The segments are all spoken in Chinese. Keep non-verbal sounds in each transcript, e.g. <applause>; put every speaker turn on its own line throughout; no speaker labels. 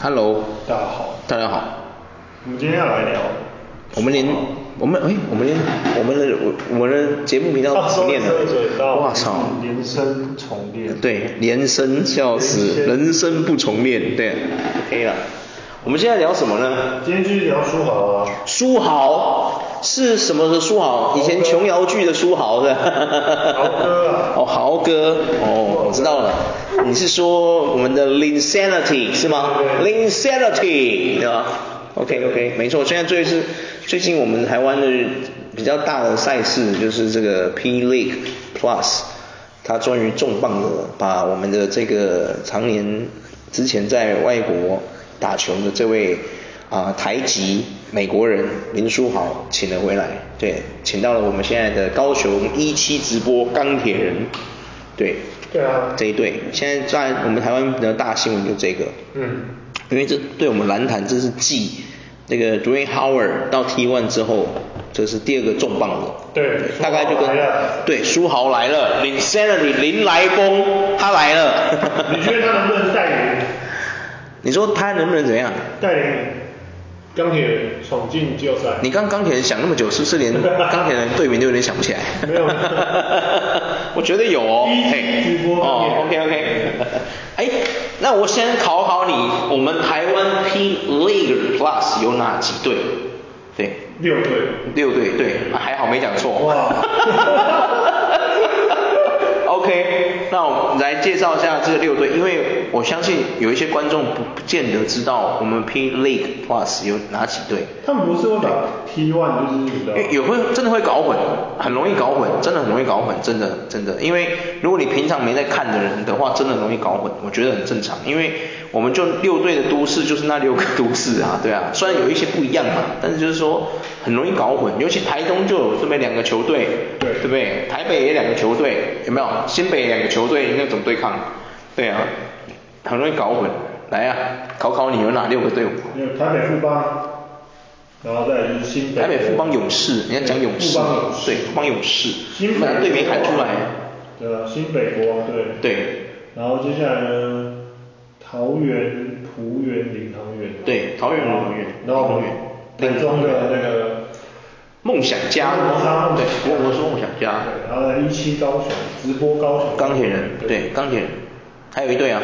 Hello，
大家好，
大家好。
我们今天要来聊，啊
我们连我们哎，我们连我们的我我们的节目频道
啊
重
说
练了
得对对，
哇操！
人生重练，，
对，连生笑死，人
人
生不重练，对，OK 了。我们现在聊什么呢？
今天继续聊书豪啊，
书豪是什么的书豪？以前琼瑶剧的书豪是吧？豪
哥啊
<laughs> 哦，豪哥，哦，我知道了。你是说我们的 Linsanity 是吗？Linsanity 对吧？OK OK，没错。现在最是最近我们台湾的比较大的赛事就是这个 P League Plus，它终于重磅的把我们的这个常年之前在外国打球的这位啊、台籍美国人林书豪请了回来，对，请到了我们现在的高雄一期直播钢铁人，对
对啊，
这一队，现在在我们台湾比较大新闻就这个，
嗯，
因为这对我们篮坛这是继那个 Dwayne Howard 到 T1 之后，这是第二个重磅的。
对
大概就跟
苏豪来了
对书豪来了，Insanity 林来疯他来了。
你觉得他能不能带领
<laughs> 你说他能不能怎么样？
带领钢铁人闯进季后赛？
你刚钢铁人想那么久，是不是连钢铁人队名都有点想不起来？
没有
<laughs> 我觉得有哦。
第一集
嘿
直播
哦，OK OK。哎，那我先考考你，我们台湾 P League Plus 有哪几队？对，
六队，
六队，对，啊还好没讲错。
哇
<laughs> OK，那我们来介绍一下这六队，因为我相信有一些观众不不见得知道我们 P League Plus 有哪几队。
他们不是会把 T one 就是你知道
因为有会真的会搞混，很容易搞混，真的很容易搞混，真的真的。因为如果你平常没在看的人的话，真的很容易搞混，我觉得很正常。因为我们就六队的都市就是那六个都市啊，对啊， <laughs> 虽然有一些不一样嘛，但是就是说很容易搞混。尤其台东就有这么两个球队，
对
对不对？台北也两个球队，有没有？新北两个球队那怎么对抗？对啊，很容易搞混。来啊，考考你有哪六个队伍？
有台北富邦，然后再来就是新北，
台北富邦勇士，你要讲勇士，
富邦勇士
对，富邦勇士，
新
把队
北
名喊出来，
对啊，新北国王队，
对，
然后接下来呢，桃园、浦园、领航员，
对桃园领航员
然后
领航
我们
员
台中的那个，
梦想家
梦想，家
对，我我是梦想家，
对，然后一期高雄直播高雄
钢铁人，对，，钢铁人，还有一队啊。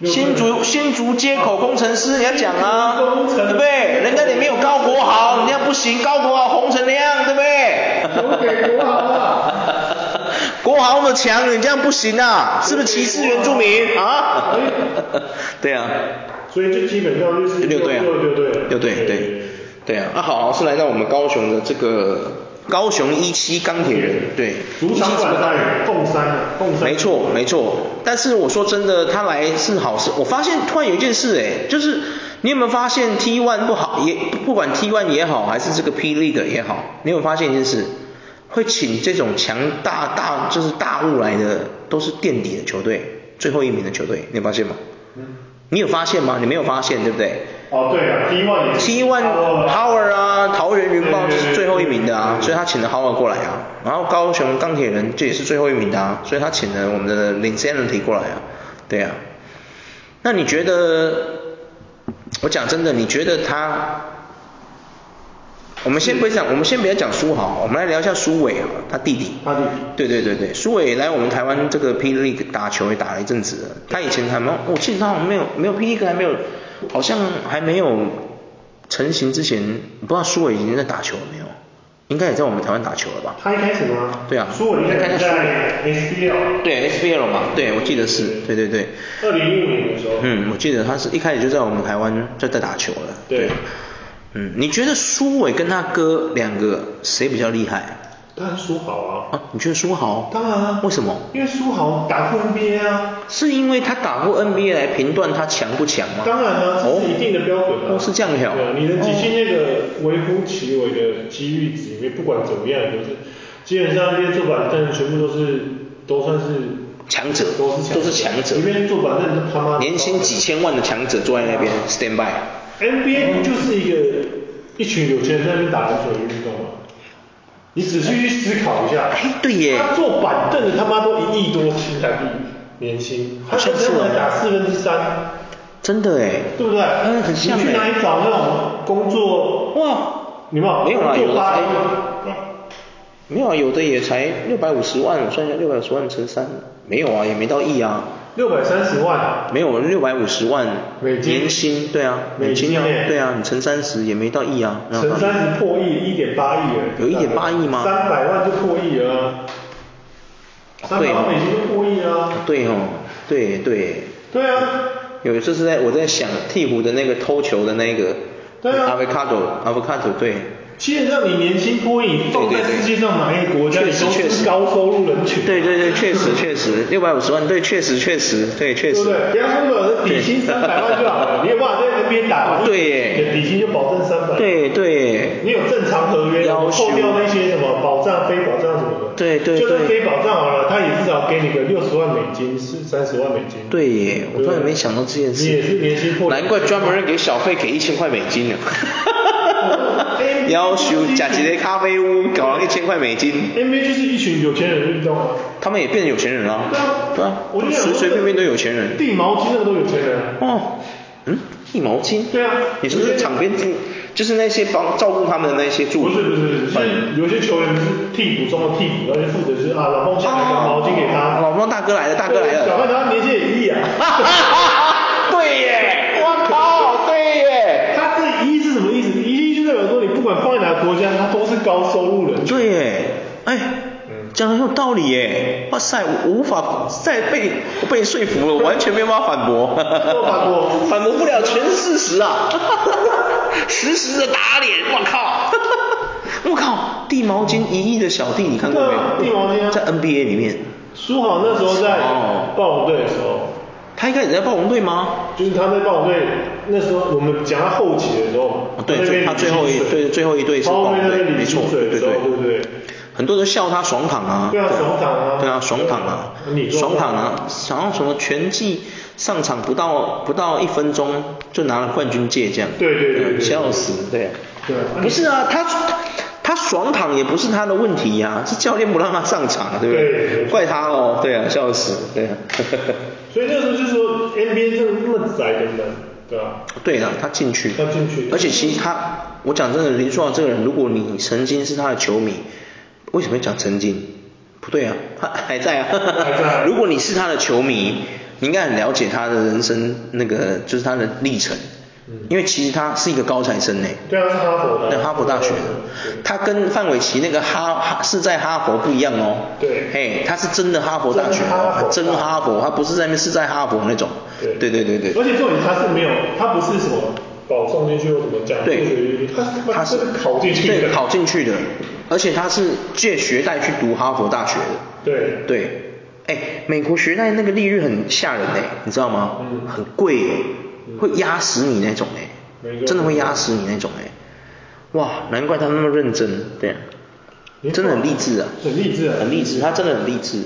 六队
新竹新竹街口工程师，你要讲啊，
工程师
对不对？人家里面有高国豪，人家不行，高国豪红成那样，对不
留
对？
给国豪啊，
<laughs> 国豪那么强，你这样不行啊，是不是歧视原住民啊？ <laughs> 对啊，
所以这基本上就是
六队啊，
六六队，
六队，对，对啊。那好，是来到我们高雄的这个高雄一期钢铁人，对，
主场馆大于共三啊，共三，
没错，没错。但是我说真的，他来是好事。我发现突然有一件事，哎，就是你有没有发现 T one 不好，也不管 T one 也好，还是这个 P League 也好，你有没有发现一件事？会请这种强大大就是大物来的，都是垫底的球队，最后一名的球队，你有发现吗？你有发现吗？你没有发现，对不对？
哦对啊，T one 也是
T one
哦
Howard 啊，桃园云豹就是最后一名的啊，
对对对对
所以他请了 Howard 过来啊。然后高雄钢铁人这也是最后一名的啊，所以他请了我们的 l i n s a n i t y 过来啊。对啊，那你觉得？我讲真的，你觉得他？我们先不讲，我们先不要讲苏豪，我们来聊一下苏伟啊，他弟弟。
他弟
对对对对，苏伟来我们台湾这个 P League 打球也打了一阵子了，他以前还没有，我记得他好像没有没有 P League 还没有，好像还没有成型之前，我不知道苏伟已经在打球了没有，应该也在我们台湾打球了吧？
他一开始吗？
对啊
苏伟一开始在 SBL，
对 SBL 嘛，对我记得是，对对对，
二零一五年的时候，
嗯，我记得他是一开始就在我们台湾就在打球了，
对，
嗯，你觉得苏伟跟他哥两个谁比较厉害？
当然苏豪啊，
啊，你觉得苏豪？
当然啊，
为什么？
因为苏豪打过 NBA 啊，
是因为他打过 NBA 来评断他强不强吗？
当然啊，这是一定的标准啊。
哦是这样的哦
对啊，你能挤进那个微乎其微的机遇值里面，不管怎么样，都是基本上那些做板凳全部都是都算是
强者
都是强
都是强者
里面做板凳都他妈的
年薪几千万的强者坐在那边 stand by。
NBA 就是一个一群有钱人在那边打篮球的运动嘛。你仔细去思考一下，
哎对耶
他坐板凳的他妈都一亿多新台币年薪，他
好像是哦
他们打四分之三，
真的哎，
对不对？
嗯，很像
你去哪里
哎。
找那种工作？
哇，
你们
没有啦有的
做八
才
年，
没有啊，有的也才六百五十万，我算一下六百五十万乘三，没有啊，也没到亿啊，
六百三十万，
没有六百五十万
美金
年薪，对啊，
美
年
金
薪啊
耶，
对啊，你乘三十也没到亿啊，没有
乘
到亿
三十破亿，一点八亿了。
有1.8亿吗
三百万就破亿了啊，三百
对
万
哦
美金就破亿了啊。
对哦，对对，
对啊，
有这是在我在想鹈鹕的那个偷球的那个，
对啊
，avocado avocado 对，
基本上你年薪破亿，你放在
对对对
世界上哪一个国家，你
确
都
实确
是
实
高收入人群。啊
对对对，确实确实六百五十万，对，确实确实对确
对不
实
对，？不要说了，底薪三百万就好了，你有办法在 NBA 打，
哦对耶
你的底薪就保证三百。，
对对
你有正常合约，
要求
扣掉那些什么保障、非保障什么的。
对对
就算
对
非保障好了，他也至少给你个六十万美金，是三十万美金。
对耶，我突然
对
没想到这件
你
事，
也是年薪破亿，
难怪专门人给小费给一千块美金
<laughs>
呢。
哎
要求假一个咖啡屋搞了一千块美金，
NBA 就是一群有钱人的运动啊。
他们也变有钱人了。
对啊，
对啊，
我就想说
随随便便都有钱人。
递毛巾那个都有钱人啊。
哦，嗯，一毛巾。
对啊
你是不是场边进，就是那些帮照顾他们的那些助
不
理？
是不是，
换
是有些球员是替补中的替补，他就负责就是啊，老孟下来把毛巾给他，
啊哎老孟大哥来了，大哥来
小
了。
曼他年纪也一亿啊，
对耶！我靠，对耶！
他这一亿是什么意思？一亿就代表说你不管放在哪个国家，他都是高收入人群。
对耶，哎。讲的很有道理耶！哇塞，我我无法再被我被你说服 <laughs> 了，我完全没有办法反驳。
反
<laughs>
驳
反驳不了全事实啊！ <laughs> 实时的打脸，我靠！ <laughs> 我靠，地毛巾一亿的小弟，你看过没有？
对啊地毛巾啊
在 NBA 里面，
苏豪那时候在
哦
暴龙队的时候，
他应该也在暴龙队吗？
就是他在暴龙队那时候，我们讲他后期的时候
啊，对最他最后一对最后一队是
暴龙
暴龙队
队那边
没
领
错
薪水的时候，
对
对
对
不对？
很多人都笑他爽躺啊，
对啊爽躺啊
对啊，爽躺啊
你，说
爽躺啊，然后什么拳击上场不到不到一分钟就拿了冠军戒这样，
对对对对
笑死，对啊，
对啊
不是啊，他他爽躺也不是他的问题呀、是教练不让他上场啊，对不
对对对
怪他哦，对啊，笑死，对啊，
所以那时候就说 NBA 这个那么窄的门，对吧、
对啊，他进去，
他进去
而且其实他，我讲真的，林书豪这个人，如果你曾经是他的球迷，为什么要讲曾经？不对啊， <laughs> 他还在啊，
还在啊
<laughs> 如果你是他的球迷，你应该很了解他的人生那个，就是他的历程，因为其实他是一个高材生呢。
嗯对啊，是哈佛的啊，
那哈佛大学的
对对，
他跟范玮琪那个哈哈是在哈佛不一样哦。
对
嘿，他是真的哈佛大学哦，
真
真
哈
哈佛，他不是在那边是在哈佛那种。
对
对对对对。
而且重点他是没有，他不是什么保送进去或什么奖助学
对
进去，他是
他
是
是
考进去的，
对，考进去的，而且他是借学贷去读哈佛大学的，
对
对，哎，美国学贷那个利率很吓人哎，你知道吗？
嗯
很贵哎，会压死你那种
没
哎
错，
真的会压死你那种哎，哇，难怪他那么认真，对啊，
没错
真的很励志啊，
很励志啊
很励志，他真的很励志，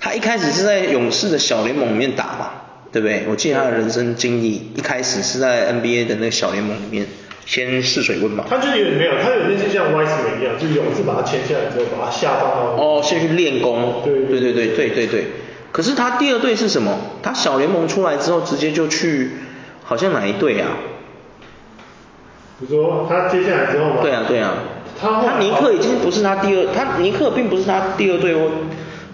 他一开始是在勇士的小联盟里面打嘛，对不对？我记得他的人生经历，一开始是在 NBA 的那个小联盟里面先试水温嘛。
他就有点没有，他有点是像 Wiseman 一样，就勇士把他签下来之后，把他下放到
哦，先去练功。
对
对对对对对对。可是他第二队是什么？他小联盟出来之后，直接就去，好像哪一队啊？
你说他接下来之后嘛，
对啊对啊。
他后来
尼克已经不是他第二，他尼克并不是他第二队哦。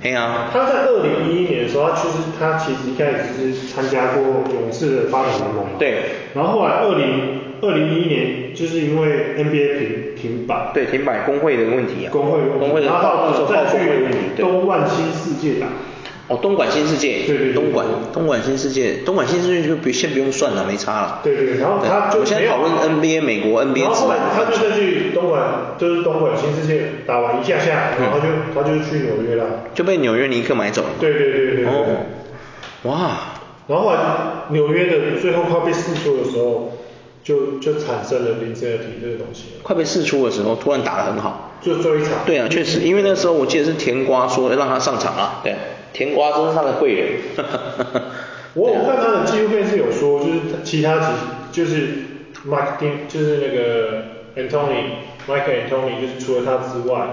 哎呀、
他在二零一一年的时候，他其实他其实一开始是参加过勇士的发展联盟，
对，
然后后来二零二零一一年就是因为 NBA 停停摆，
对，停摆工会的问题啊。
工会问题
工会的
然
报
后
报
再
报工会的问题
去。
对。
东万新世界打，
哦，东莞新世界，
对对对
东莞，东莞新世界，东莞新世界就不先不用算了，没差了。
对对，然后他就
我现
没
在
有
讨论 NBA 美国 NBA
然后
之
后
外
来，他就再去东莞，就是东莞新世界打完一下下，然后他就
嗯
他就去纽约了，
就被纽约尼克买走了。
对对对对对。
哦，哇，
然后后来纽约的最后快被释出的时候，就就产生了林森的体这个东西，
快被试出的时候突然打得很好。
就最后一场。
对啊，确实，因为那时候我记得是甜瓜说让他上场啊，对，甜瓜真是他的贵人。 <laughs> 啊
我我看他的纪录片是有说，就是他其他其实就是 Mike Dean，就是那个 Anthony Mike Anthony，就是除了他之外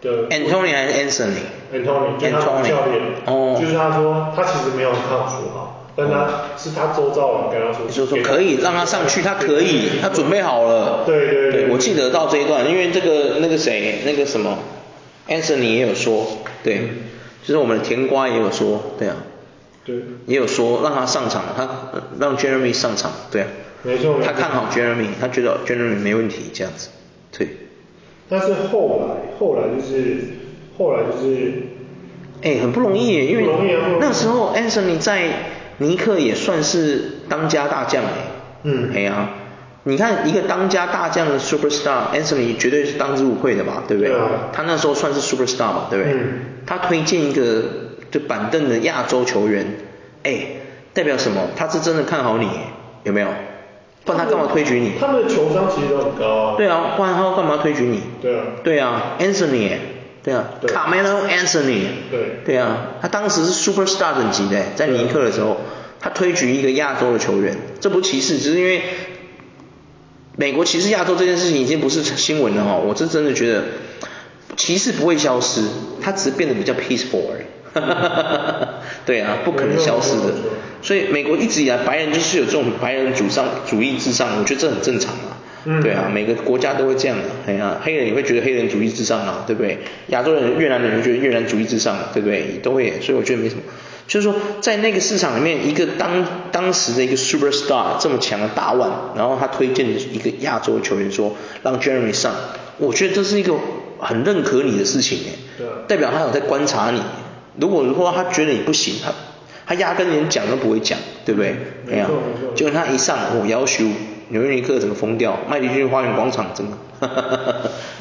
的
Anthony 还是 Anthony？
Anthony，就是他的教练
Anthony，哦哦
就是他说他其实没有看好说好，但他是他周遭人跟他说，
就说可以让他上去，他可以，他准备好了。
对对对
对，我记得到这一段，因为这个那个谁那个什么，Anthony 也有说，对，就是我们的甜瓜也有说，对啊，
对，
也有说让他上场，他呃让 Jeremy 上场，对啊，
没错没错
他看好 Jeremy，他觉得 Jeremy 没问题这样子，对，
但是后来后来就是后来就是
哎，很不容易耶，因为
不容易啊不容易
那时候 Anthony 在尼克也算是当家大将哎，
嗯
哎呀、你看一个当家大将的 superstar Anthony 绝对是当之无愧的吧，对不对？
对啊
他那时候算是 superstar 嘛，对不对？
嗯
他推荐一个就板凳的亚洲球员，哎，代表什么？他是真的看好你，有没有？不然他干嘛推举你？
他们的球商其实都很高啊。
对啊，不然他干嘛推举你？
对啊
对啊，Anthony，耶对啊
对
，Carmelo Anthony，
对
对啊，他当时是 superstar 等级的，在尼克的时候，他推举一个亚洲的球员，这不歧视，只是因为美国歧视亚洲这件事情已经不是新闻了哦，我是真的觉得歧视不会消失，它只是变得比较 peaceful 而已。 <laughs> 对啊，不可能消失的
没错没错。
所以美国一直以来白人就是有这种白人主上主义至上，我觉得这很正常啊。
嗯
对啊，每个国家都会这样的、哎呀、黑人也会觉得黑人主义至上啊，对不对？亚洲人、越南人也会觉得越南主义至上，啊对不对？都会，所以我觉得没什么。就是说，在那个市场里面，一个当当时的一个 superstar 这么强的大腕，然后他推荐一个亚洲球员说让 Jeremy 上，我觉得这是一个很认可你的事情哎，
对啊
代表他有在观察你。如果如果他觉得你不行，他他压根连讲都不会讲，对不对？
嗯没错
哎呀
没错
结果他一上，我要求纽约尼克整个疯掉，麦迪逊花园广场整个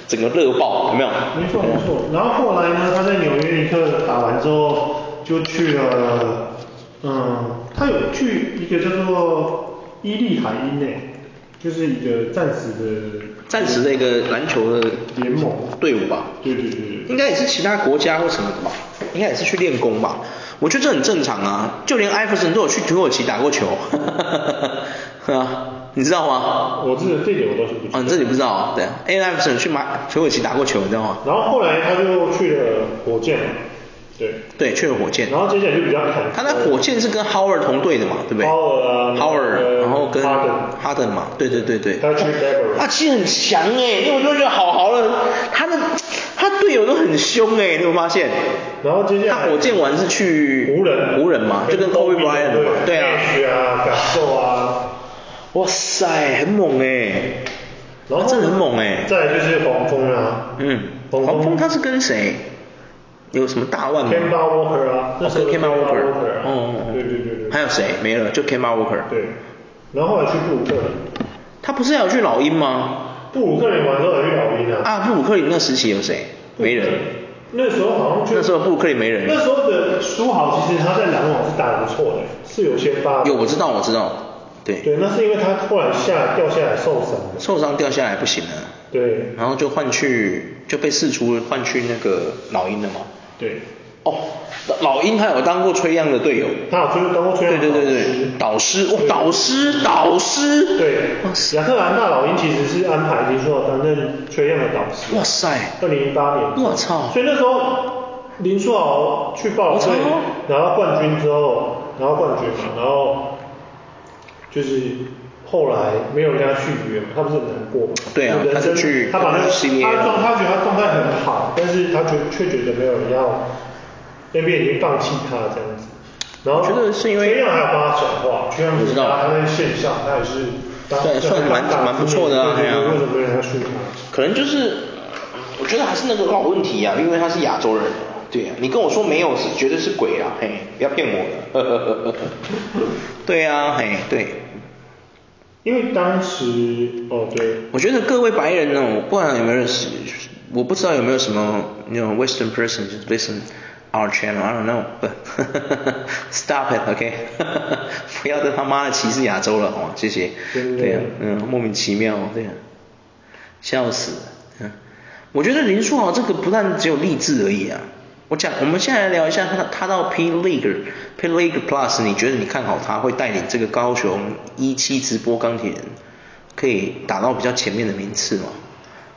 整个 <laughs> 热爆，有没有？
没错没错。然后后来呢，他在纽约尼克打完之后，就去了，嗯，他有去一个叫做伊利海因内，就是一个暂时的
暂时的一个篮球的
联盟。
队伍吧，
对对对
应
对。
该也是其他国家或什么的吧，应该也是去练功吧。我觉得这很正常啊，就连艾弗森都有去土耳其打过球， <laughs> 对啊，你知道吗？
我这个这点我倒是不知道
哦，。你这里不知道啊，对啊，艾艾弗森去马土耳其打过球，你知道吗？
然后后来他就去了火箭嘛，对。
对，去了火箭。
然后接下来就比较坎坷。
他在火箭是跟 Howard 同队的嘛，对不对
Howard 啊
，Howard，然后跟
Harden
嘛，对对对对。
他去 Denver
他其实很强哎，因为我就觉得好好了，他的他队友都很凶哎，你有没有发现？
然后接下
他
来
火箭玩是去
湖人，
湖人嘛，就跟 Kobe Bryant 嘛，对啊，
，Nash 啊，感受啊，
哇塞，很猛哎，
然后
他真的很猛哎，
再来就是黄蜂啊，
嗯，
黄
黄蜂他是跟谁？有什么大腕吗
k e m b a Walker 啊，那
哦
时
跟
候
k e m a
Kemba
Walker，
Walker 啊
哦哦，哦
对对对对，
还有谁没了？就 k e m a Walker，
对，然后后来去布鲁克林，
他不是要去老鹰吗？
布鲁克林完之后还去老鹰啊，
啊，布鲁克林那时期有谁？没人，
那时候好像就
那时候布鲁克林没人
那时候的苏豪其实他在篮网是打得不错的，是有先发的，
有我知道我知道，对，
对，那是因为他突然下掉下来受伤的，
受伤掉下来不行了，
对
然后就换去就被释出换去那个老鹰了嘛。
对，
哦，老鹰他有当过崔样的队友。
他有吹当过吹
对对对对，导师哦，导师导师。
对
哇，塞
亚特兰大老鹰其实是安排林书豪担任崔样的导师。
哇塞
二零一八年。
我操
所以那时候林书豪去报
我操
队拿到冠军之后，拿到冠军嘛，然后就是后来没有跟他续约嘛，他不是很难过嘛？
对啊
人生
他是去
他把那
他
个
去 CBA
他状他觉得他状态很好，但是他觉却觉得没有人要，NBA 已经放弃他这样子。然后
我觉得是因为
崔样还有帮他讲话，崔样
我知道
他在线上他也是当。
对算是蛮
当
蛮不错的啊
对对
哎呀
对，为什么没有人要续他？
可能就是，呃我觉得还是那个老问题啊，因为他是亚洲人。对啊，你跟我说没有是绝对是鬼啊，嘿，不要骗我 <laughs> 了。对啊，嘿，对，
因为当时哦对，
我觉得各位白人哦，不管有没有认识，我不知道有没有什么那种 Western person just listen our channel. I don't know. <laughs> But stop it, OK？不要再他妈的歧视亚洲了，好哦吗？谢谢。
真的
对啊，嗯，莫名其妙，对啊，笑死。嗯，我觉得林书豪这个不但只有励志而已啊。我讲，我们现在来聊一下他他到 P League P League Plus，你觉得你看好他会带领这个高雄一期直播钢铁人可以打到比较前面的名次吗？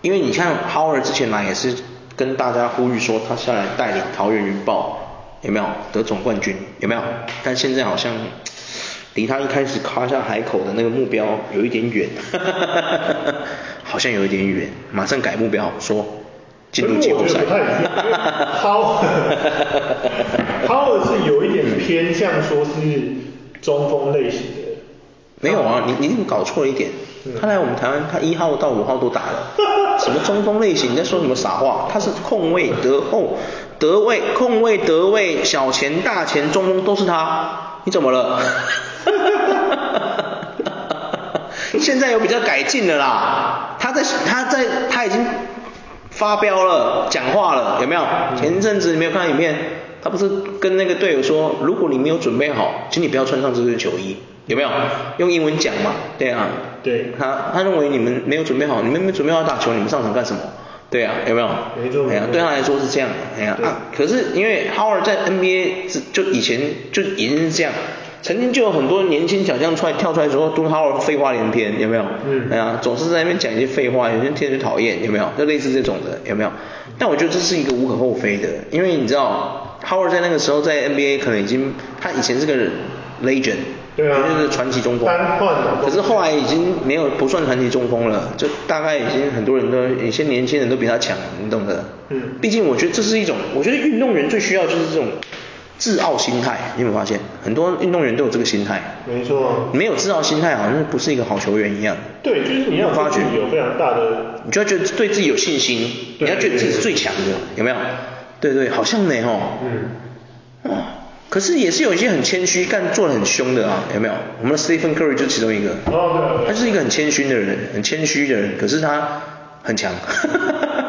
因为你看 Howard 之前来也是跟大家呼吁说他下来带领桃园云豹有没有得总冠军有没有？但现在好像离他一开始卡下海口的那个目标有一点远， <laughs> 好像有一点远，马上改目标，说进入季后赛
可是我觉得不太一样。因为 <laughs> Howard- Howard 是有一点偏向说是中锋类型的，
<laughs> 没有啊，你你一定搞错了一点。
嗯
他来我们台湾，他一号到五号都打
<laughs>
了，什么中锋类型？你在说什么傻话？他是控卫、得后、得位、控卫、得位、小前、大前、中锋都是他，你怎么了？ <laughs> 现在有比较改进的啦，他在他在他已经发飙了，讲话了，有没有？前一阵子你没有看到影片，他不是跟那个队友说，如果你没有准备好，请你不要穿上这件球衣，有没有？用英文讲嘛，对啊，
对
他他认为你们没有准备好，你们没有准备好打球，你们上场干什么？对啊，有没有？
没错
哎呀
没错
对他来说是这样，哎呀、
对
啊，可是因为 Howard 在 NBA 之就以前就已经是这样，曾经就有很多年轻小将出来跳出来说 d o Howard 废话连篇，有没有？
嗯
哎呀，总是在那边讲一些废话，有些人听着就讨厌，有没有？就类似这种的，有没有？但我觉得这是一个无可厚非的，因为你知道 Howard 在那个时候在 NBA 可能已经他以前是个 legend，
对啊
就是传奇中锋，
单换的
可是后来已经没有不算传奇中锋了，就大概已经很多人都有些年轻人都比他强，你懂的。
嗯
毕竟我觉得这是一种，我觉得运动员最需要就是这种自傲心态，你有没有发现？很多运动员都有这个心态，
没错。
没有自傲心态好像不是一个好球员一样。
对，就是你要
发觉
自己有非常大的
你就要觉得对自己有信心，你
对
要觉得自己是最强的，有没有？对对，好像呢吼。
嗯。
哇，可是也是有一些很谦虚，但做的很凶的啊，有没有？我们的 Stephen Curry 就是其中一个。
哦对
他是一个很谦虚的人，很谦虚的人，可是他很
<laughs>
强。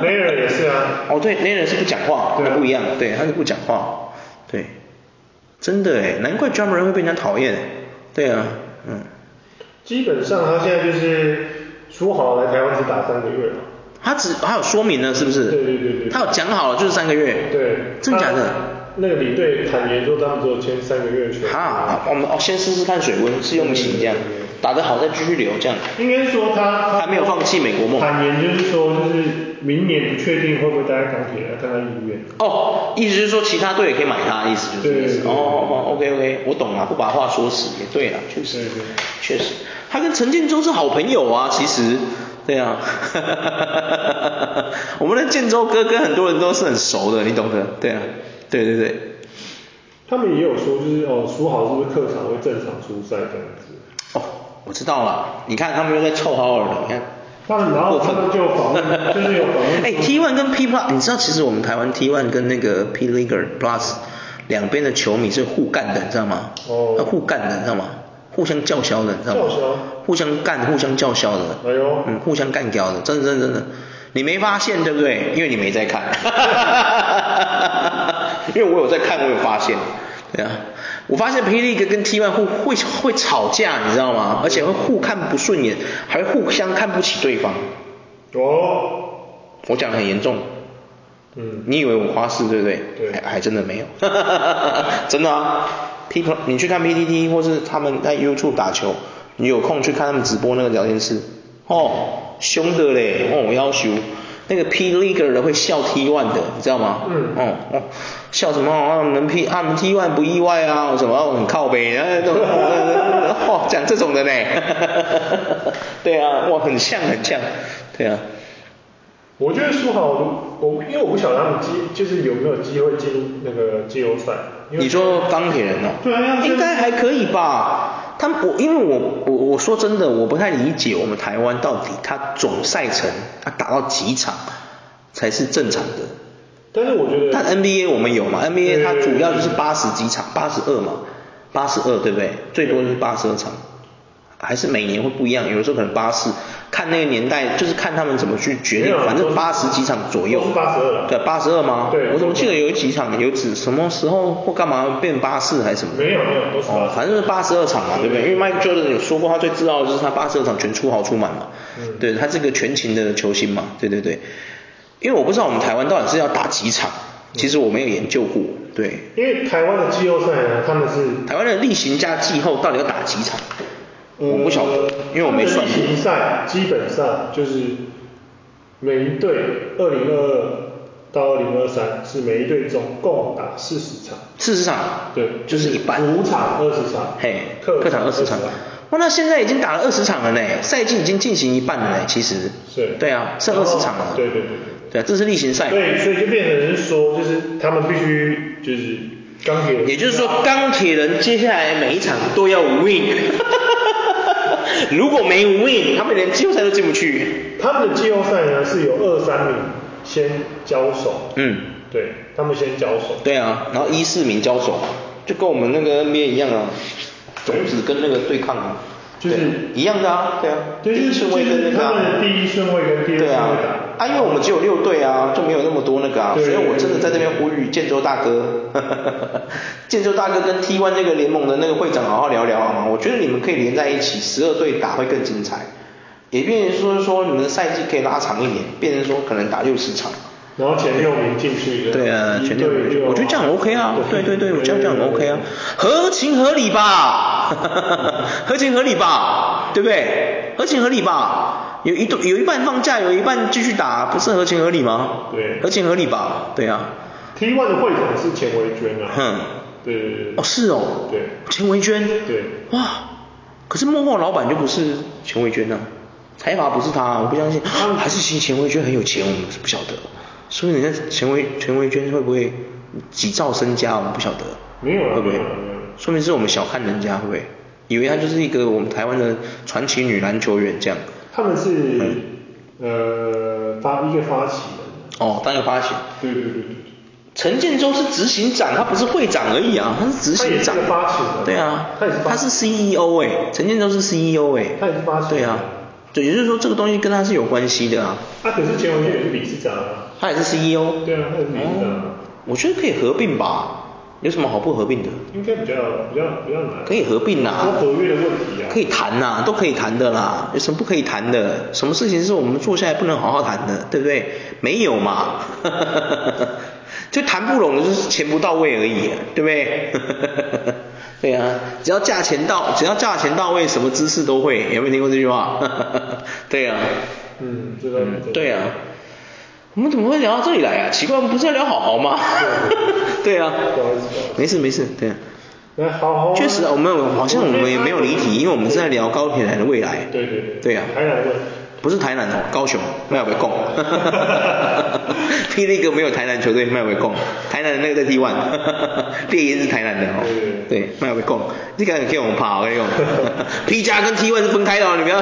梅尔也是啊，
哦，对，那人是不讲话，
对啊
那不一样，对，他是不讲话，对，真的哎，难怪专门人会被人家讨厌，对啊，嗯，
基本上他现在就是说好来台湾只打三个月嘛。
他只他有说明了是不是？
对对对对
他有讲好了，就是三个月。
对，
真假的？
他那个领队坦言说，他们只有签三个月的球员，
哈，我们哦先试试看水温，试用期这样
对对对对，
打得好再继续留这样。
应该说他他
还没有放弃美国梦
坦言就是说，就是明年不确定会不会待在钢铁，要看他意愿。
哦，意思是说其他队也可以买他，意思就是这个意思。
对对
哦
对
哦哦，OK OK，我懂了，不把话说死也对了，确实
对对
确实，他跟陈建州是好朋友啊，其实，对啊， <laughs> 我们的建州哥跟很多人都是很熟的，你懂的，对啊，对对对，
他们也有说，就是哦，说好是不是客场会正常出赛这样子。
哦，我知道了，你看他们又在臭好尔了，你看。。
他们然后他们就访问，就是有访问
<laughs> 哎，T One 跟 P Plus，你知道其实我们台湾 T One 跟那个 P League Plus 两边的球迷是互干的，你知道吗？
哦
啊互干的，你知道吗？互相叫嚣的，你知道吗？
叫嚣
互相干，互相叫嚣的。
哎呦
嗯，互相干掉的，真的真的真的。你没发现对不对？因为你没在
<laughs>
看。因为我有在看，我有发现。对啊，我发现 P League 跟 T One 互会会吵架，你知道吗？而且会互看不顺眼，还会互相看不起对方。
哦，
我讲的很严重，
嗯，
你以为我花式对不对？
对
还还真的没有， <laughs> 真的啊。P 你去看 PPT 或是他们在 YouTube 打球，你有空去看他们直播那个聊天室，哦，凶的嘞，哦，我要求那个 P League 的会笑 T One 的，你知道吗？
嗯
哦哦，笑什么？啊，我们 P 啊，我们 T One 不意外啊，什么很靠北，啊，那种哦，讲这种的呢， <laughs> 对啊，哇，很像很像，对啊。
我觉得说好，我因为我不晓得他们机就是有没有机会进入那个季后赛。因为
你说钢铁人哦？
对啊
应该还可以吧。他们我因为我我我说真的，我不太理解我们台湾到底他总赛程他打到几场才是正常的。
但是我觉得，
但 NBA 我们有嘛？NBA
对
它主要就是八十几场，八十二嘛，八十二对不对？最多就是八十二场，还是每年会不一样，有的时候可能八四，看那个年代，就是看他们怎么去决定
没有，啊
反
都
正
是
八十几场左右。
都是82了
对，八十二吗？
啊对
我怎么记得有几场有指什么时候或干嘛变八四还是什么？
没有没有都是
哦
82，
反正是八十二场嘛，对不对？因为 Mike Jordan 有说过，他最自傲的就是他八十二场全出好出满嘛，
嗯
对他是个全勤的球星嘛，对对对。因为我不知道我们台湾到底是要打几场，
嗯
其实我没有研究过，对。
因为台湾的季后赛呢，他们是
台湾的例行加季后到底要打几场？
呃
我不晓得，因为我没算
他们的例行
过。
赛基本上就是每一队二零二二到二零二三是每一队总共打四十场，
四十场，啊
对，
就是一半，
主场二十场，
嘿，
客
客场二
二
十场。哇，那现在已经打了二十场了呢，赛季已经进行一半了呢，其实。
是
对啊，剩二
然后
十场了。
对对对
对啊，这是例行赛。
对，所以就变成是说，就是他们必须就是钢铁人，
也就是说，钢铁人接下来每一场都要 win，如果没 win，他们连季后赛都进不去。
他们的季后赛呢是由二三名先交手，
嗯，
对他们先交手，
对啊，然后一四名交手，就跟我们那个 NBA 一样啊，种子跟那个对抗啊，
就是
对一样的啊，对啊，
对，
第
就
一
是
顺
就
位跟
是
那个
他
啊、
们的第一顺位跟第二顺
对啊
位打，，
啊，因为我们只有六队啊，就没有那么多那个啊，所
对
以我真的在这边呼吁建州大哥， <laughs> 建州大哥跟 T1 那个联盟的那个会长好好聊聊好吗？我觉得你们可以连在一起，十二队打会更精彩，也变成说说你们的赛季可以拉长一点，变成说可能打六十场。
然后前六名进去的，
对啊，
一
全队
对六
我觉得这样很 OK 啊，对对对，我觉得这样很 OK 啊，合情合理吧， <laughs> 合情合理吧，对不对？合情合理吧，有一有一半放假，有一半继续打，不是合情合理吗？
对
合情合理吧，对啊，
T one 的会长是钱维娟啊，
哼，
对对对对
哦是哦，
对
钱维娟，
对，
哇，可是幕后老板就不是钱维娟啊，财阀不是他啊、我不相信，还是其实钱维娟很有钱，我们不晓得，所以人家钱维钱维娟会不会几兆身家，我们不晓得，
没有啊
会不会
没有啊没有啊？
说明是我们小看人家，会不会？以为她就是一个我们台湾的传奇女篮球员这样。
他们是
嗯
呃发一个发起人，
哦，当一个发行。
对对对对。
陈建州是执行长，他不是会长而已啊，他是执行长。
他也是个发起人
对啊，
他也是发起
他
人
是 CEO 哎、陈建州是 CEO 哎、
他也是发起人
对啊，对，也就是说这个东西跟他是有关系的啊，
啊，可是钱文俊也是理事长啊。
他也是 CEO。
对啊他也是理事长啊
哦。我觉得可以合并吧，有什么好不合并的？
应该比较比较比较难。
可以合并啊
说合约的问题啊。
可以。谈呐、都可以谈的啦，有什么不可以谈的？什么事情是我们坐下来不能好好谈的，对不对？没有嘛， <laughs> 就谈不拢的就是钱不到位而已、对不对？对 <laughs> 啊，只要价钱到，只要价钱到位，什么姿势都会，有没有听过这句话？ <laughs> 对啊，
嗯，这倒是真的
对啊，我们怎么会聊到这里来啊？奇怪，我们不是要聊好好吗？ <laughs> 对啊，
不好意思不好意思
没事没事，对啊。
来，好好。
确实啊，我们有好像我们也没有离题，因为我们是在聊高铁台的未来。
对对对。
对啊，
还来问。
不是台南哦，高雄麦尔维贡。 <laughs> 霹雳哥没有台南球队麦尔维贡，台南的那个在 T one，猎鹰是台南的哦。
对
对，麦尔维贡，你敢给我们 <laughs> 爬？我跟你讲，P 加跟 T one 是分开的哦，你不要。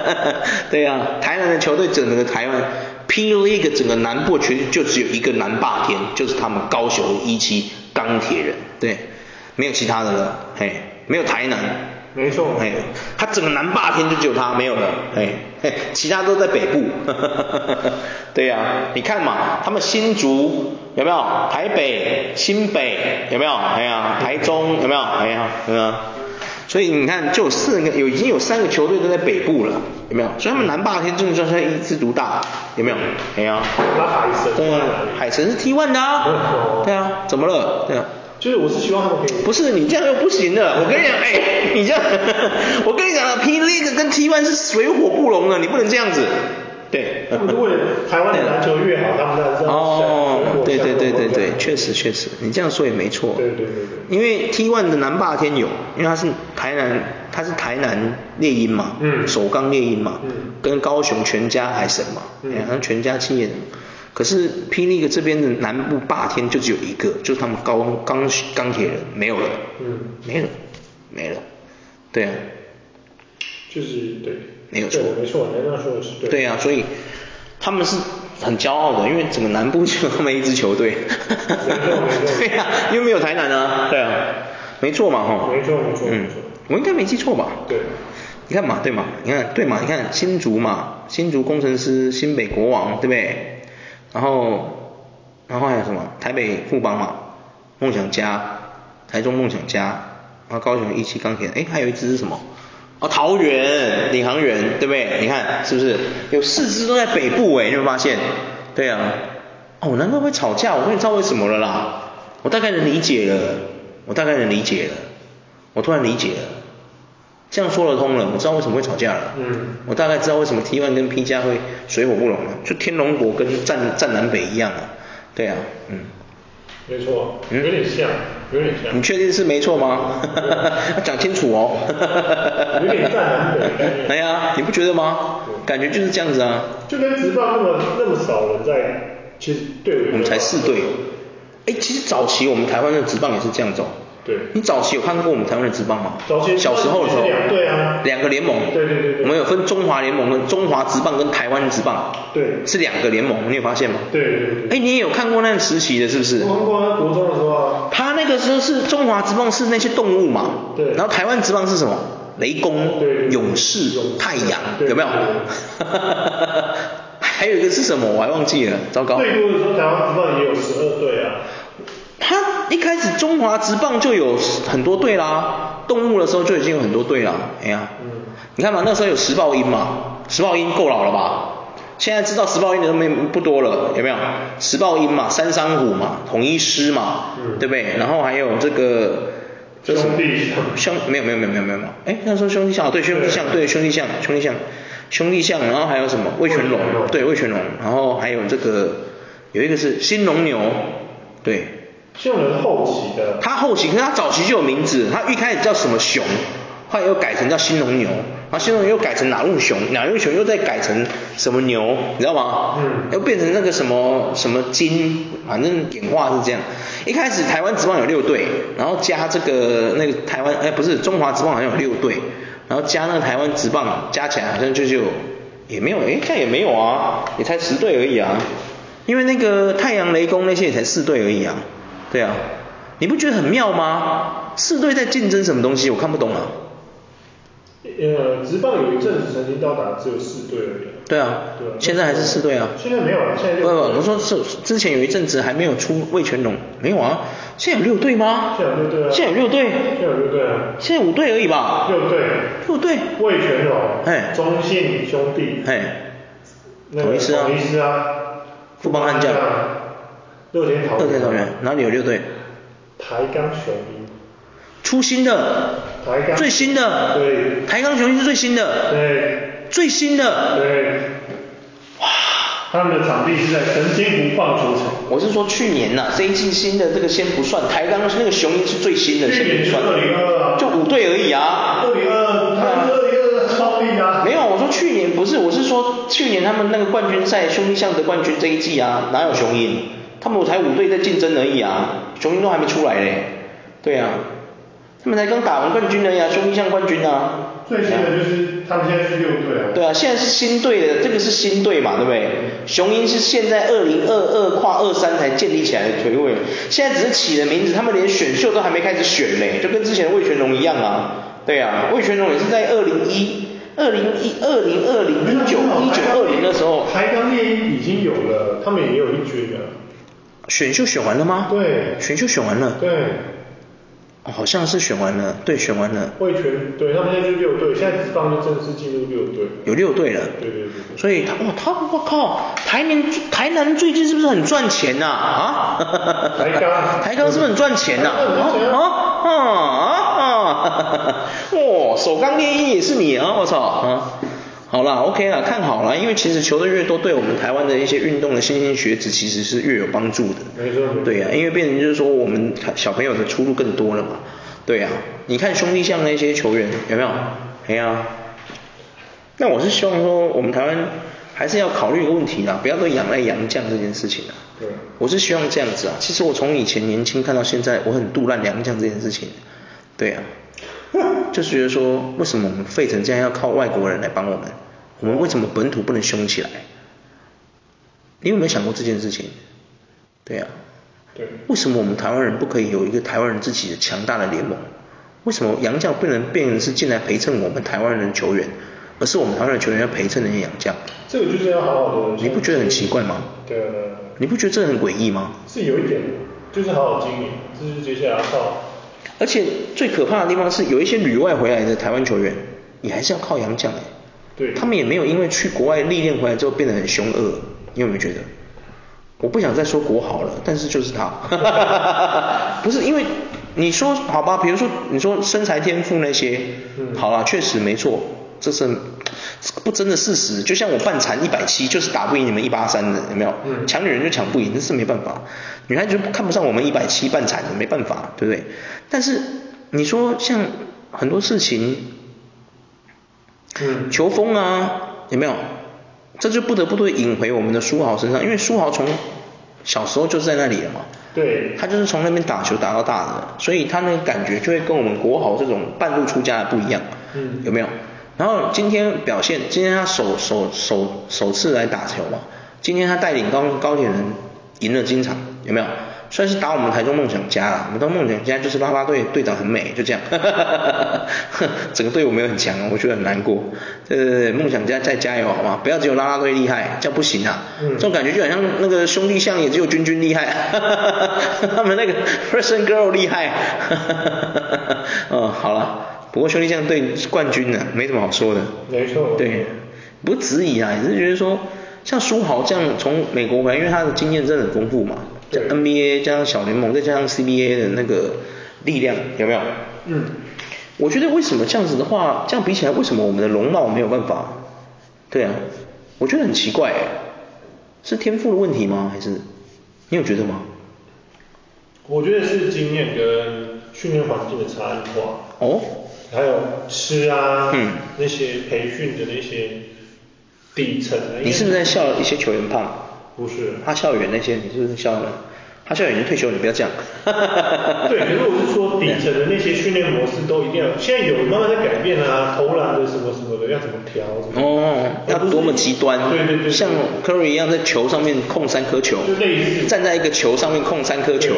<laughs> 对啊，台南的球队整个台湾。P League 整个南部全就只有一个南霸天，就是他们高雄一期钢铁人，对，没有其他的了，嘿，没有台南，
没错。
哎，他整个南霸天就只有他没有了，哎，嘿其他都在北部。 <laughs> 对呀、你看嘛，他们新竹有没有？台北、新北有没有？哎呀，台中有没有？哎呀，有没有？所以你看，就有四个，有已经有三个球队都在北部了，有没有？所以他们南霸天真的算是一枝独大，有没有？哎呀，
那海神
对啊
换哪里？
海神是 T1 的啊，对啊，怎么了？对啊。
就是我是希望他们可以。
不是你这样又不行了，我跟你讲，哎、你这样， <laughs> 我跟你讲了，P League 跟 T One 是水火不容的，你不能这样子。对。
他们是为了台湾啊的篮球越好，他们当然是要
哦，对对对对对，确实
实。
确实，你这样说也没错。
对对对对
因为 T One 的南霸天有，因为他是台南，他是台南猎鹰嘛，
嗯
首钢猎鹰嘛，
嗯
跟高雄全家海神嘛，
嗯
哎呀他全家企业。可是霹雳这边的南部霸天就只有一个，就是他们高钢钢铁人没有了，
嗯，
没了，没了，对啊，
就是对。
没有错
对没错，你这样说的是对。
对啊，所以他们是很骄傲的，因为整个南部就有他们一支球队， <laughs> 对啊，因为没有台南啊，对啊，没错嘛哈，
没错没错
嗯
没错，
我应该没记错吧？
对。
你看嘛，对嘛，你看对嘛，你看新竹嘛，新竹工程师、新北国王，对不对？然后，然后还有什么？台北富邦嘛，梦想家，台中梦想家，然后高雄一期钢铁，哎，还有一支是什么？哦，桃园领航员，对不对？你看是不是有四支都在北部哎？你有没有发现？对啊，哦，难怪会吵架，我终于知道为什么了啦，我大概能理解了，我大概能理解了，我突然理解了。这样说得通了，我知道为什么会吵架了。
嗯
我大概知道为什么 T1 跟 P 加会水火不容了，就天龙国跟战战南北一样啊，对啊，嗯，
没错，
嗯
有点像，有点像
你，确定是没错吗？ <laughs> 要讲清楚哦。
<laughs> 有点占南北的概念嗯
哎呀，你不觉得吗？感觉就是这样子啊。
就跟直棒那么那么少人在，其实对
我们才四队。哎，其实早期我们台湾的职棒也是这样哦走。
对
你早期有看过我们台湾的职棒吗？
早期
小时候的时候，
也是两队啊
两个联盟。
对对对对
我们有分中华联盟跟中华职棒跟台湾职棒。
对
是两个联盟，你有发现吗？
对哦对对
哎，你也有看过那段时期的，是不是？
我们过国中的时候啊，
他那个时候是中华职棒是那些动物嘛，
对
然后台湾职棒是什么？雷公、
对
勇士、太阳，
对
有没有 <laughs>
对？
还有一个是什么？我还忘记了，糟糕。
最多的时候台湾职棒也有十二队啊，
他一开始中华职棒就有很多队啦，动物的时候就已经有很多队啦。哎呀，
嗯
你看嘛，那时候有石豹鹰嘛，石豹鹰够老了吧？现在知道石豹鹰的都没不多了，有没有？石豹鹰嘛，三山虎嘛，统一狮嘛，
嗯
对不对？然后还有这个这是
兄弟
兄没有没有没有没有没有没有，哎，那时候兄弟象对兄弟象对兄弟象兄弟象兄弟象，然后还有什么魏全龙
魏全龙
对魏全龙，然后还有这个有一个是新龙牛，对，
像我们后期的，
他后期，可是他早期就有名字，他一开始叫什么熊，后来又改成叫新龙牛，然后新龙牛又改成哪路熊，哪路熊又再改成什么牛，你知道吗？
嗯
又变成那个什么什么金，反正演化是这样。一开始台湾职棒有六队，然后加这个那个台湾，哎，不是中华职棒好像有六队，然后加那个台湾职棒加起来好像就就也没有，哎，这样也没有啊，也才十队而已啊。因为那个太阳雷公那些也才四队而已啊，对啊，你不觉得很妙吗？四队在竞争什么东西，我看不懂啊。
呃，职棒有一阵子曾经到达只有四队而已啊。
对啊，
对啊
现在还是四队啊。
现在没有了，现在啊
不
就
不，我说是之前有一阵子还没有出魏全龙，没有啊，现在有六队吗？
现在有六队啊
现在有六队，
现在有六队啊，
现在五队而已吧？
六队，
六队，
魏全龙，
哎
中信兄弟，
哎，
那个
统一狮啊
统一狮啊，
富邦悍将
乐天桃园，
乐天桃园，哪里有六队？
台钢雄鹰，
出新的
台，钢
最新的，
对
台钢雄鹰是最新的，
对
最新的，
对，他们的场地是在澄清湖棒球场，
我是说去年呐、这一季新的这个先不算，台钢那个雄鹰是最新的，
去
先
年
不
是
算，
2022啊
就五队而已啊。
二零二，他们二零二超硬啊，
没有，我说去年不是，我是说去年他们那个冠军赛兄弟象的冠军这一季啊，哪有雄鹰？他们才五队在竞争而已啊，雄鹰都还没出来嘞。对啊，他们才刚打完冠军而已啊，兄弟象冠军啊。
最新的就是他们现在是六队啊。
对啊，现在是新队的，这个是新队嘛，对不对？雄鹰是现在二零二二跨二三才建立起来的队位，现在只是起了名字，他们连选秀都还没开始选嘞，就跟之前的魏全龙一样啊。对啊，魏全龙也是在二零一、二零一、二零二零、一九、一九二零的时候
台钢猎鹰已经有了，他们也有一军了，
选秀选完了吗？
对
选秀选完了。
对，
哦，好像是选完了，对，选完了，
魏全，对他们现在就六队，现在职棒就正式进入六队了，
有六队了。
对对对。
所以他哇，他我靠，台南台南最近是不是很赚钱呐、啊？
台
<laughs>
钢
台钢是不是很赚钱
<laughs>
呐、啊？啊啊啊！哦，首钢猎鹰也是你啊！我操啊！好啦，OK 啦，看好啦，因为其实球队越多，对我们台湾的一些运动的新兴学子其实是越有帮助的。
没错没错
对呀、因为变成就是说我们小朋友的出路更多了嘛。对呀、你看兄弟像那些球员有没有？哎呀、那我是希望说，我们台湾还是要考虑一个问题啦，不要都仰赖洋将这件事情啦。
对
我是希望这样子啊。其实我从以前年轻看到现在，我很杜烂洋将这件事情。对啊， <laughs> 就是觉得说，为什么我们费城这样要靠外国人来帮我们？我们为什么本土不能凶起来？你有没有想过这件事情？对啊，
对
为什么我们台湾人不可以有一个台湾人自己的强大的联盟？为什么洋将不能变成是进来陪衬我们台湾人的球员，而是我们台湾人的球员要陪衬那些洋将？
这个就是要好好的。
你不觉得很奇怪吗？
对啊，对啊
你不觉得这很诡异吗？
是有一点，就是好好经营，这是接下来要靠。
而且最可怕的地方是，有一些旅外回来的台湾球员，你还是要靠洋将哎、
对
他们也没有因为去国外历练回来之后变得很凶恶，你有没有觉得？我不想再说国豪了，但是就是他， <laughs> 不是因为你说好吧，比如说你说身材天赋那些，
嗯
啊好啦，确实没错，这是这个不争的事实。就像我半残一百七，就是打不赢你们一八三的，有没有？
嗯
抢女人就抢不赢，这是没办法。女孩子就看不上我们一百七半残的，没办法，对不对？但是你说像很多事情，
嗯，
球风啊，有没有？这就不得不对引回我们的苏豪身上，因为苏豪从小时候就在那里了嘛。
对，
他就是从那边打球打到大的，所以他那个感觉就会跟我们国豪这种半路出家的不一样，
嗯
有没有？然后今天表现，今天他首首首首次来打球嘛，今天他带领高高铁人赢了金场，有没有？算是打我们台中梦想家啦，我们台中梦想家就是拉拉队队长很美，就这样， <laughs> 整个队伍没有很强，啊我觉得很难过。呃，梦想家再加油好吗？不要只有拉拉队厉害，这样不行啊。
嗯
这种感觉就很像那个兄弟像，也只有君君厉害， <laughs> 他们那个 person girl 厉害。 <laughs> 嗯，好了，不过兄弟像对冠军呢、没什么好说的。
没错
对，不是质疑啊，也是觉得说，像苏豪这样从美国回来，因为他的经验真的很丰富嘛，加
对
NBA 加上小联盟，再加上 CBA 的那个力量，有没有？
嗯，
我觉得为什么这样子的话，这样比起来，为什么我们的容貌没有办法？对啊，我觉得很奇怪欸，是天赋的问题吗？还是你有觉得吗？
我觉得是经验跟训练环境的差异化，
哦，
还有吃啊，
嗯
那些培训的那些底层的。
你是不是在笑一些球员胖？
不是
他校园那些，你是不是笑呢？他校园已经退休，你不要这样。
对，可是我是说底层的那些训练模式都一定要，现在有慢慢在改变啊，投篮的什么什么的要怎么调？
<laughs>
怎么
哦，要多么极端？啊
对对对对
像 Curry 一样在球上面控三颗球，
就类似
站在一个球上面控三颗球。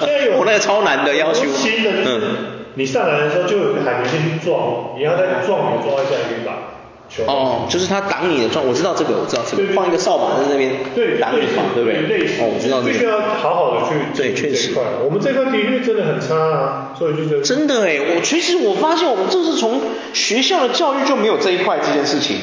现在
<laughs>
有
我那个超难的要求啊嗯
有。新的就是你上篮的时候就有海绵先去撞，你要再撞你撞一下你可以把球。
哦，就是他挡你的状，我知道这个，我知道这
对
个，
对
放一个扫把在那边
对，
挡你嘛，对不对？
类似，
哦，我知道这
必须
个。
要好好的去
对确实
这一块我们这块的确真的很差啊，所以就觉得
真的哎，我其实我发现我们这是从学校的教育就没有这一块这件事情。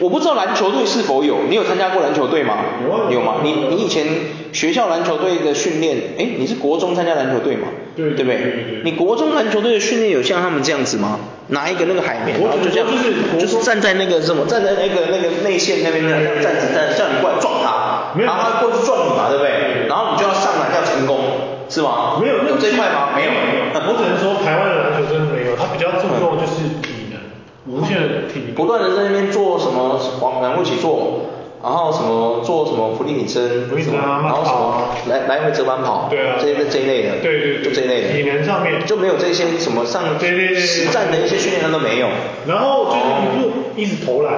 我不知道篮球队是否有，你有参加过篮球队吗？
有啊
有吗？你
有啊
你以前学校篮球队的训练，哎，你是国中参加篮球队吗？
对
对不
对对对
你国中篮球队的训练有像他们这样子吗？拿一个那个海绵，
我
然后就这样
我就是，国中
就是站在那个什么，站在那个那个内线那边这样站着站着，叫你过来撞他，
没有
然后他过去撞你嘛，对不对？
对
然后你就要上篮要成功，是吗？
没有啊
有这一块吗？没有， <laughs>
我只能说台湾的篮球真的没有，他比较注重的就是体能，无限的体
不
能。
断的在那边做什么往南位起坐，然后什么做什么伏地挺身，
伏地挺身
什
啊
么然后什么来来回折返跑，
对啊
这这这一类的，
对对对
就这一类的，
体能上面
就没有这些什么上
对对对对
实战的一些训练他都没有，
然后就是你就一直投篮，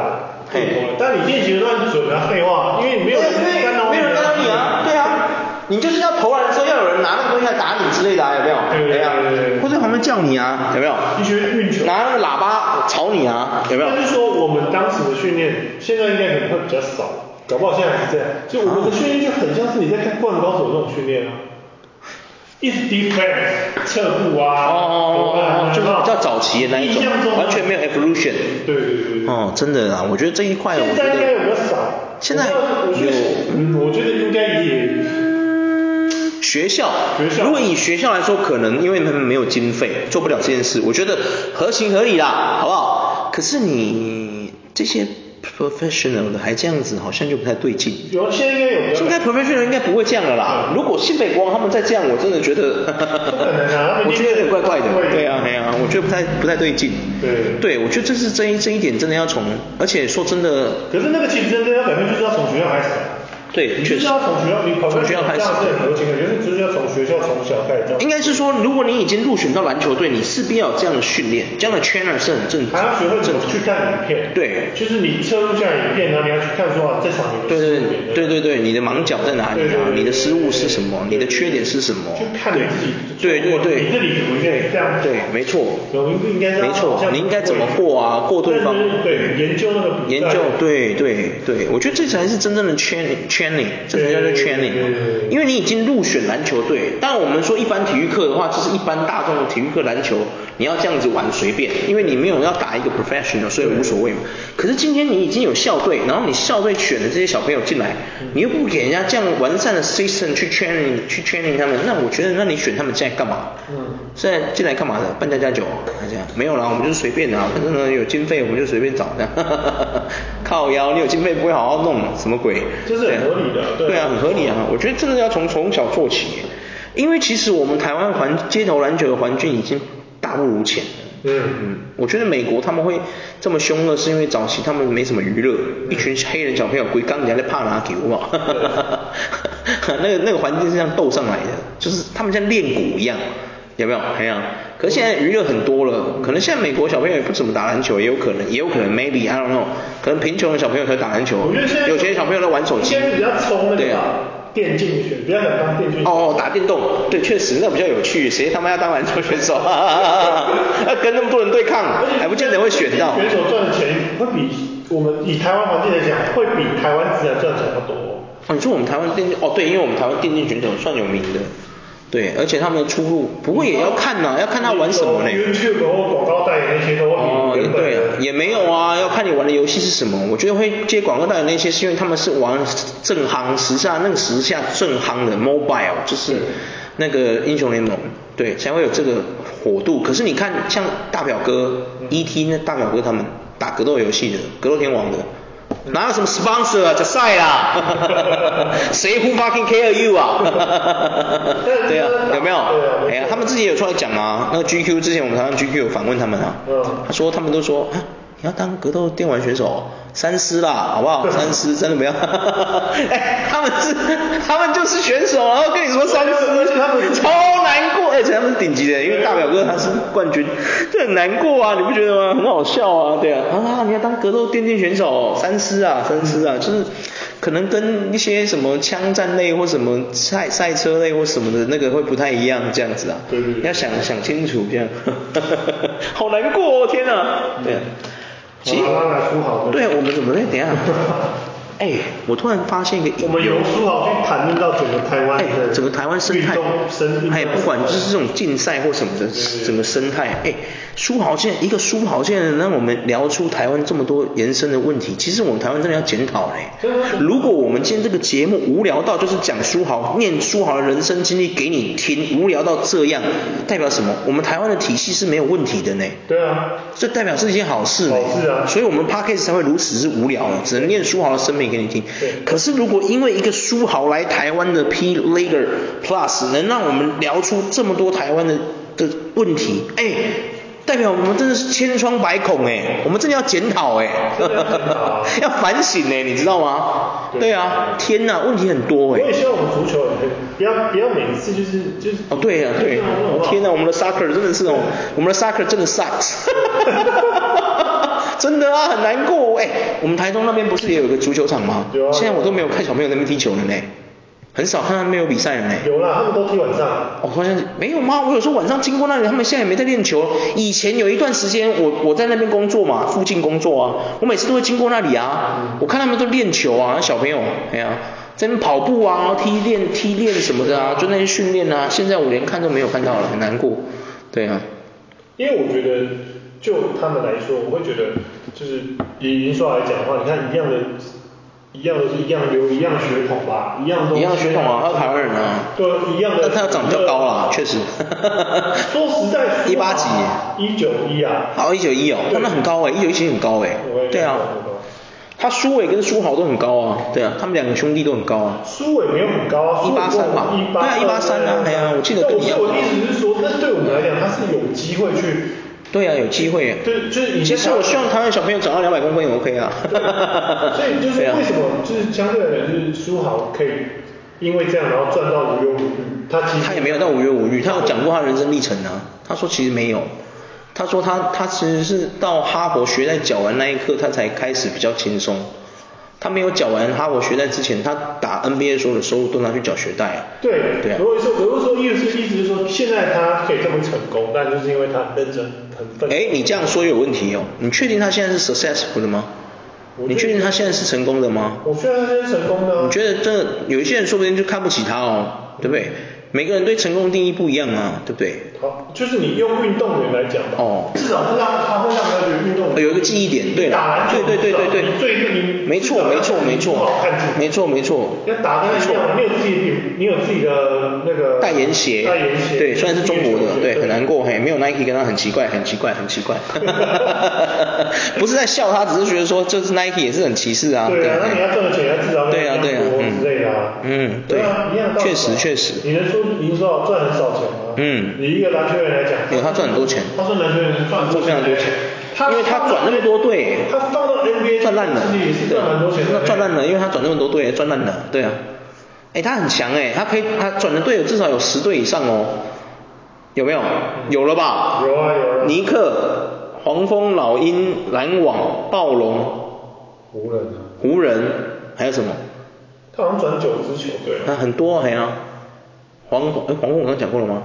一直投篮，但你练习的乱准啊，废话，因为你没有人
对对
干扰你，
没有人干扰你啊，对啊，你就是要投篮的时候要有人拿那个东西来打你之类的、啊，有没有？
对对对对对对
或者旁边叫你啊，有没有？
必须运球。
拿那个喇叭吵你啊，有没有？
但是说我们当时的训练，现在应该可能会比较少，搞不好现在还是这样。就我们的训练就很像是你在看《灌篮高手》那种训练啊，一直 defense 侧步啊，
哦哦
投
哦
篮
哦，
啊
就是比较早期的那一种
印象中，啊
完全没有 evolution。
对对对对。
哦，真的啊，我觉得这一块，我
现
觉
在应该有
得
比较少。
现在
我觉得，嗯我觉得应该也
学校，
学校
如果以学校来说，可能因为他们没有经费，做不了这件事，我觉得合情合理啦，好不好？可是你这些 professional 的还这样子，好像就不太对劲。
有，现在应该有比较
应
少。
该 professional 应该不会这样了啦。如果新北光他们再这样，我真的觉得，
嗯可能啊他们
我
一
觉
定
得有点怪怪的
会。
对啊，哎呀、我觉得不太不太对劲。
对
对，我觉得这是这一这一点真的要从，而且说真的，
可是那个其实真正要改变，就是要从学校开始。
对，
你
确
就
实
是要从学校，你跑
从学校开始
这样是很合情的，就是就是要从学校从小开始这样。
应该是说，如果你已经入选到篮球队，你势必要有这样的训练，这样的 trainer 是很正
还
常。
要学会怎么去看影片，
对
就是你切入下影片，然后你要去看说啊，这场你的
对对
失误点在哪
对对对，你的盲角在哪里
对对
啊？
对
你的失误是什么？你的缺点是什么？
去看你自己
对对对
你这里怎么应该这样？
对，没错，
有应该这样
没错
这样
你应该怎么过啊过对方
对对，对研究那个比赛
研究，对对对，我觉得这才是真正的 training training，这才叫做
对对对
training
对对对
因为你已经入选篮球队，但我们说一般体育课的话，就是一般大众的体育课篮球，你要这样子玩随便，因为你没有要打一个 professional，所以无所谓嘛。可是今天你已经有校队，然后你校队选的这些小朋友进来，你又不给人家这样完善的 system 去 training 去 training 他们，那我觉得那你选他们进来干嘛？
嗯，
现在进来干嘛的？办家家酒还是这样？没有啦，我们就是随便啦，反正呢有经费我们就随便找这样。 <laughs> 靠腰，你有经费不会好好弄，什么鬼？
这是很合理的对啊
对啊，很合理啊。我觉得真的要从从小做起，因为其实我们台湾环街头篮球的环境已经大不如前了。
嗯，
嗯，我觉得美国他们会这么凶恶，是因为早期他们没什么娱乐，一群黑人小朋友鬼刚人家在怕拿球嘛， <laughs> 那个那个环境是这样斗上来的，就是他们像练鼓一样，有没有？哎呀、可是现在娱乐很多了，可能现在美国小朋友也不怎么打篮球，也有可能，也有可能 maybe I don't know，可能贫穷的小朋友才打篮球
我觉得现，在
有钱的小朋友在玩手机
现在比较冲，那
对
个
啊。
电竞选，不要想当电竞选。
哦，打电动，对，确实那比较有趣，谁他妈要当篮球选手？ <laughs> 要跟那么多人对抗，还不见得会选到。
选手赚的钱会比我们以台湾环境来讲，会比台湾职业赚的钱要多。
哦，你说我们台湾电竞哦，对，因为我们台湾电竞选手算有名的，对，而且他们的出路，不过也要看呐、要看他玩什么嘞。
YouTube 或广告代言那些都
哦，
会
也
比原
对啊，
本
也没有啊，要看你玩的游戏是什么。我觉得会接广告代言那些，是因为他们是玩正夯时下那个时下正夯的 mobile，就是那个英雄联盟，对，才会有这个火度。可是你看，像大表哥、ET 那大表哥他们打格斗游戏的，格斗天王的。哪有什么 sponsor 啊，假 <laughs> 赛啦，谁 who fucking care you 啊？ <laughs> 对啊，有没有？哎呀，他们自己也有出来讲啊。那个 GQ 之前我们台湾 GQ 有访问他们啊，
嗯
他说他们都说啊，你要当格斗电玩选手哦，三师啦，好不
<laughs>
好？三师真的不要， <laughs> 哎，他们是他们就是选手，然后跟你说三师，他们超难过，哎而且他们是顶级的，因为大表哥他是冠军， <laughs> 这很难过啊，你不觉得吗？很好笑啊，对啊，啊，你要当格斗电竞选手哦，三师啊，三师啊，就是。可能跟一些什么枪战类或什么赛赛车类或什么的那个会不太一样，这样子啊。
对对对
要想想清楚这样， <laughs> 好难过哦，天哪！对啊，其实
好
啊
啦来说好的
对啊我们怎么在等一下？哎，我突然发现一个
我们由书豪去谈论到整个台湾
哎
的，
整个台湾生态
运动生，
哎，不管就是这种竞赛或什么的，整个生态，哎，书豪现在一个书豪现在让我们聊出台湾这么多延伸的问题，其实我们台湾真的要检讨哎嘞
真的要。
如果我们今天这个节目无聊到就是讲书豪念书豪的人生经历给你听，无聊到这样，代表什么？我们台湾的体系是没有问题的呢。
对啊，
这代表是一件好事呢，
好事啊
所以我们 podcast 才会如此之无聊，只能念书豪的生命给你听
对。
可是如果因为一个书豪来台湾的 P Lager Plus 能让我们聊出这么多台湾的的问题，哎，代表我们真的是千疮百孔哎，我们真的要检讨哎
真的要检讨啊，
<laughs> 要反省哎，你知道吗？
对
对啊，天哪，问题很多
我
哎。
也希望我们足球也可以不要不要每一次就是就是
哦，对呀、对，天哪，我们的 soccer 真的是哦，我们的 soccer 真的 sucks，真的啊，很难过哎。我们台中那边不是也有个足球场吗？
有啊
现在我都没有看小朋友在那边踢球了呢，很少看他们有比赛了呢。
有啦，他们都踢晚上，
我发现没有吗？我有时候晚上经过那里，他们现在也没在练球。以前有一段时间，我我在那边工作嘛，附近工作啊，我每次都会经过那里啊，我看他们都练球啊，小朋友，哎呀、在那边跑步啊，然后踢练踢练什么的啊，就那些训练啊。现在我连看都没有看到了，很难过。对啊，
因为我觉得，就他们来说，我会觉得，就是以林书豪来讲的话，你看一样的，一样的是一样流一样血统吧，一样东西
一样血统啊，他台湾人啊，
对，一样的。啊
但他要长比较高啦，确实。
<laughs> 说实在，
180
一九一啊，
好，一九一哦，哇那很高哎、一九一其实很高哎、
我也
对啊
看过这个，
他苏伟跟苏豪都很高啊，对啊，他们两个兄弟都很高啊。
苏伟没有很高啊，
183吧
一
对
八
啊183啊哎呀我记得
我
跟你一样
我的意思是说，那对我们来讲，他是有机会去，
对啊，有机会啊。
对，就是你
其实我希望台湾小朋友长到两百公分也 OK 啊。 <laughs>
所以就是
对啊
为什么就是相对来讲，就是书豪可以因为这样然后赚到无忧无虑，他其实
他也没有到无忧无虑，他有讲过他人生历程啊。他说其实没有，他说他他其实是到哈佛学贷缴完那一刻，他才开始比较轻松。他没有缴完哈佛学贷之前，他打 NBA 所有的收入都拿去缴学贷啊。
对
对啊
如果说如果说意思意思是说，现在他可以这么成功，但就是因为他很认真很奋斗。
哎，你这样说有问题哦。你确定他现在是 successful 的吗？
我
你
觉
确
得
定他现在是成功的吗？
我觉得他现在成功的、啊，
我觉得这有一些人说不定就看不起他哦，对不对？每个人对成功定义不一样啊，对不对？
好，就是你用运动员来讲吧，
哦
至少是让他会让他觉得运动
有一个记忆点，对
打
了
篮，球
对对对对对，
你最你
没错没错没错
不好看球，
没错没错，
要打跟一样，你有自己的品你有自己的那个
代言鞋，
代言鞋，
对，虽然是中国的，对，很难
过。
过，嘿，没有 Nike 跟他很奇怪，很奇怪，很奇
<laughs>
怪，不是在笑他，只是觉得说，就是 Nike 也是很歧视啊，
对啊，那你
嘿
要赚的钱要至少要
对啊对啊
多
嗯
之类的啊，
嗯
对啊，
对
一样的道理
确
啊
实确实
你能说您说要赚很少钱吗？
嗯
你一个篮球员来讲，
没有他赚很多钱
他说篮球员赚很
赚非常多钱因为他转那么多队
他放到 NBA
赚烂了
自己也，是赚很多钱的，
那赚烂了，因为他转那么多队，赚烂了，对啊，哎，他很强哎，他可以，他转的队友至少有十队以上哦，有没有？有了吧？
有啊有啊
尼克、黄蜂、老鹰、篮网、暴龙、
湖人啊，
湖人，还有什么？
他好像转九支球队，
啊，很多还啊，黄哎黄蜂我刚讲过了吗？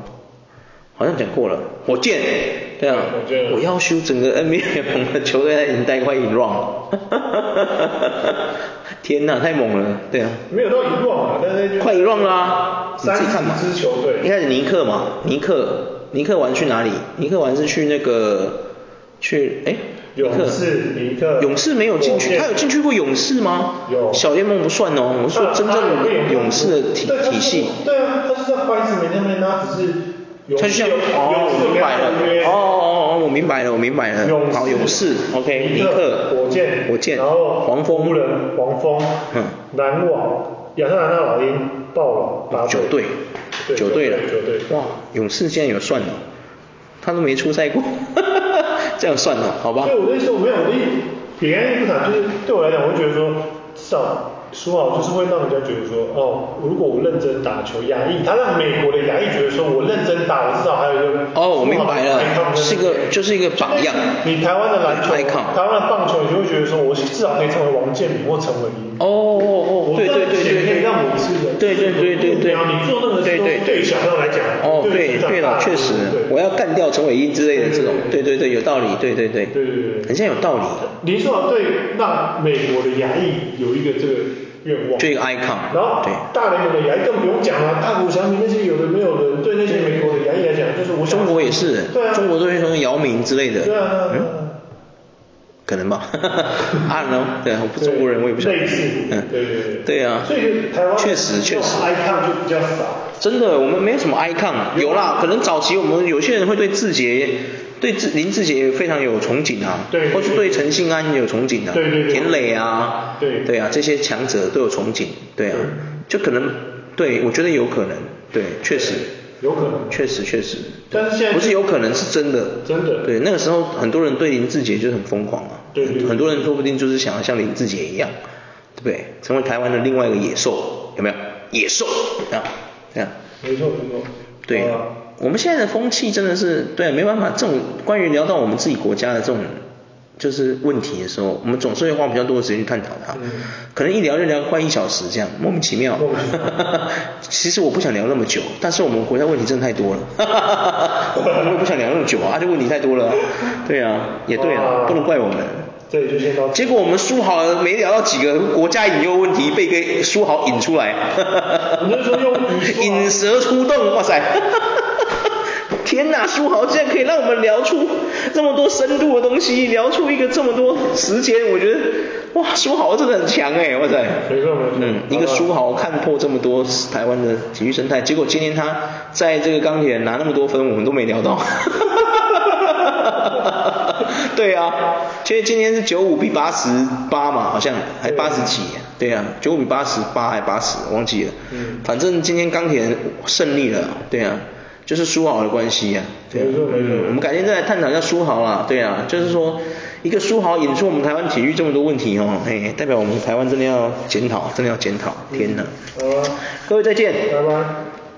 好像讲过了，火箭，对啊
火箭，
我要修整个 NBA <laughs> 联盟的球队来赢带快 in run，天哪，太猛了，对啊，
没有到一乱啊，但是就
快 in run 啦、你
三
自己
十
看嘛。
支球队，
一开始尼克嘛，尼克，尼克玩去哪里？尼克玩是去那个，去哎，尼克
勇士尼克
勇士没有进
火
去，
箭
他有进去过勇士吗？
有
小联盟不算哦，我是说真
啊
正勇士的体
对他是
体系。
对啊，他是在花一直没那边，他只是勇士
他就像
有
哦，我明白了，哦哦哦哦，我明白了，我明白了。
勇士
好，勇士，OK，尼
尼
克，
火箭，
火箭，
然后
黄蜂，
湖人、黄蜂、
嗯
篮网、亚特兰大老鹰、暴龙，八
九队，
对
九队了，
九队，
哇，勇士现在有算了，哦他都没出赛过， <laughs> 这样算哦了，好吧
所以？我的意思，我没有我的意，别人不谈，就是对我来讲，我会觉得说，至少说好就是会让人家觉得说，哦，如果我认真打球，亚裔，他让美国的亚裔觉得说我认真打，我至少还有一个
哦，我明白了，是一个就是一个榜样。
你台湾的篮球，
icon
台湾的棒球，你就会觉得说，我至少可以成为王建民或陈伟霆。
哦哦哦，对对对对对，
让我是人，
对对对对对，
你做任何
对
事都
对
对小朋友来讲，
哦，对对了，确实，我要干掉陈伟英之类的这种，对对对，有道理，对对对，
对对对对
很像有道理，
林书豪对让美国的牙医有一个这个愿望，
就一个 icon，
然后
对，
大联盟的牙医更不用讲了，大谷翔平那些有的没有的，对那些美国的牙医来讲，就是我想
中国也是，
对啊，
中国队像姚明之类的，
对啊，对啊
嗯，可能
<laughs>
吧，I don't know，对啊，我不中国人，我也不晓得
类似，
嗯，
对对对，
对啊，
所以台湾
确实确实
i c o 就比较少，
真的，我们没有什么 icon，有
啊
啦，可能早期我们有些人会对志杰、对志林志杰非常有憧憬啊，
对
或是对陈信安有憧憬啊，
对对对
田磊啊，
对
对啊，这些强者都有憧憬，对啊，就可能，对我觉得有可能，对，确实，
有可能，
确实确实，
但是现在
不是有可能是真的，
真的
对，那个时候很多人对林志杰就是很疯狂啊，
对对对
很多人说不定就是想要像林志杰一样，对不对？成为台湾的另外一个野兽，有没有？野兽啊，这样。
没错没错，
对
好啊，
我们现在的风气真的是对，没办法，这种关于聊到我们自己国家的这种就是问题的时候，我们总是会花比较多的时间去探讨它，
嗯
可能一聊就聊快一小时这样，莫名其妙。
莫名其妙
<laughs> 其实我不想聊那么久，但是我们国家问题真的太多了， <laughs> 我也不想聊那么久啊，这问题太多了啊。对啊，也对啊，
哦
不能怪我们。
这里就先到这。
结果我们书豪没聊到几个国家引诱问题，被给书豪引出来。
你就说用啊语说
引蛇出洞，哇塞！ <laughs> 天哪，书豪竟然可以让我们聊出这么多深度的东西，聊出一个这么多时间，我觉得哇，书豪真的很强哎，哇塞！
没错没错
嗯，一个书豪看破这么多台湾的体育生态，结果今天他在这个钢铁人拿那么多分，我们都没聊到。 <laughs> 对啊，其实今天是九五比八十八嘛，好像还八十几，对啊，九五比八十八还八十，忘记了。
嗯
反正今天钢铁人胜利了，对啊，就是输好的关系啊，对啊。
没错没错
嗯我们改天再来探讨一下书豪啦，对啊，就是说一个书豪引出我们台湾体育这么多问题哦，哎，
嗯
代表我们台湾真的要检讨，真的要检讨，天哪！
啊
<laughs>
好了，
各位再见。
拜拜。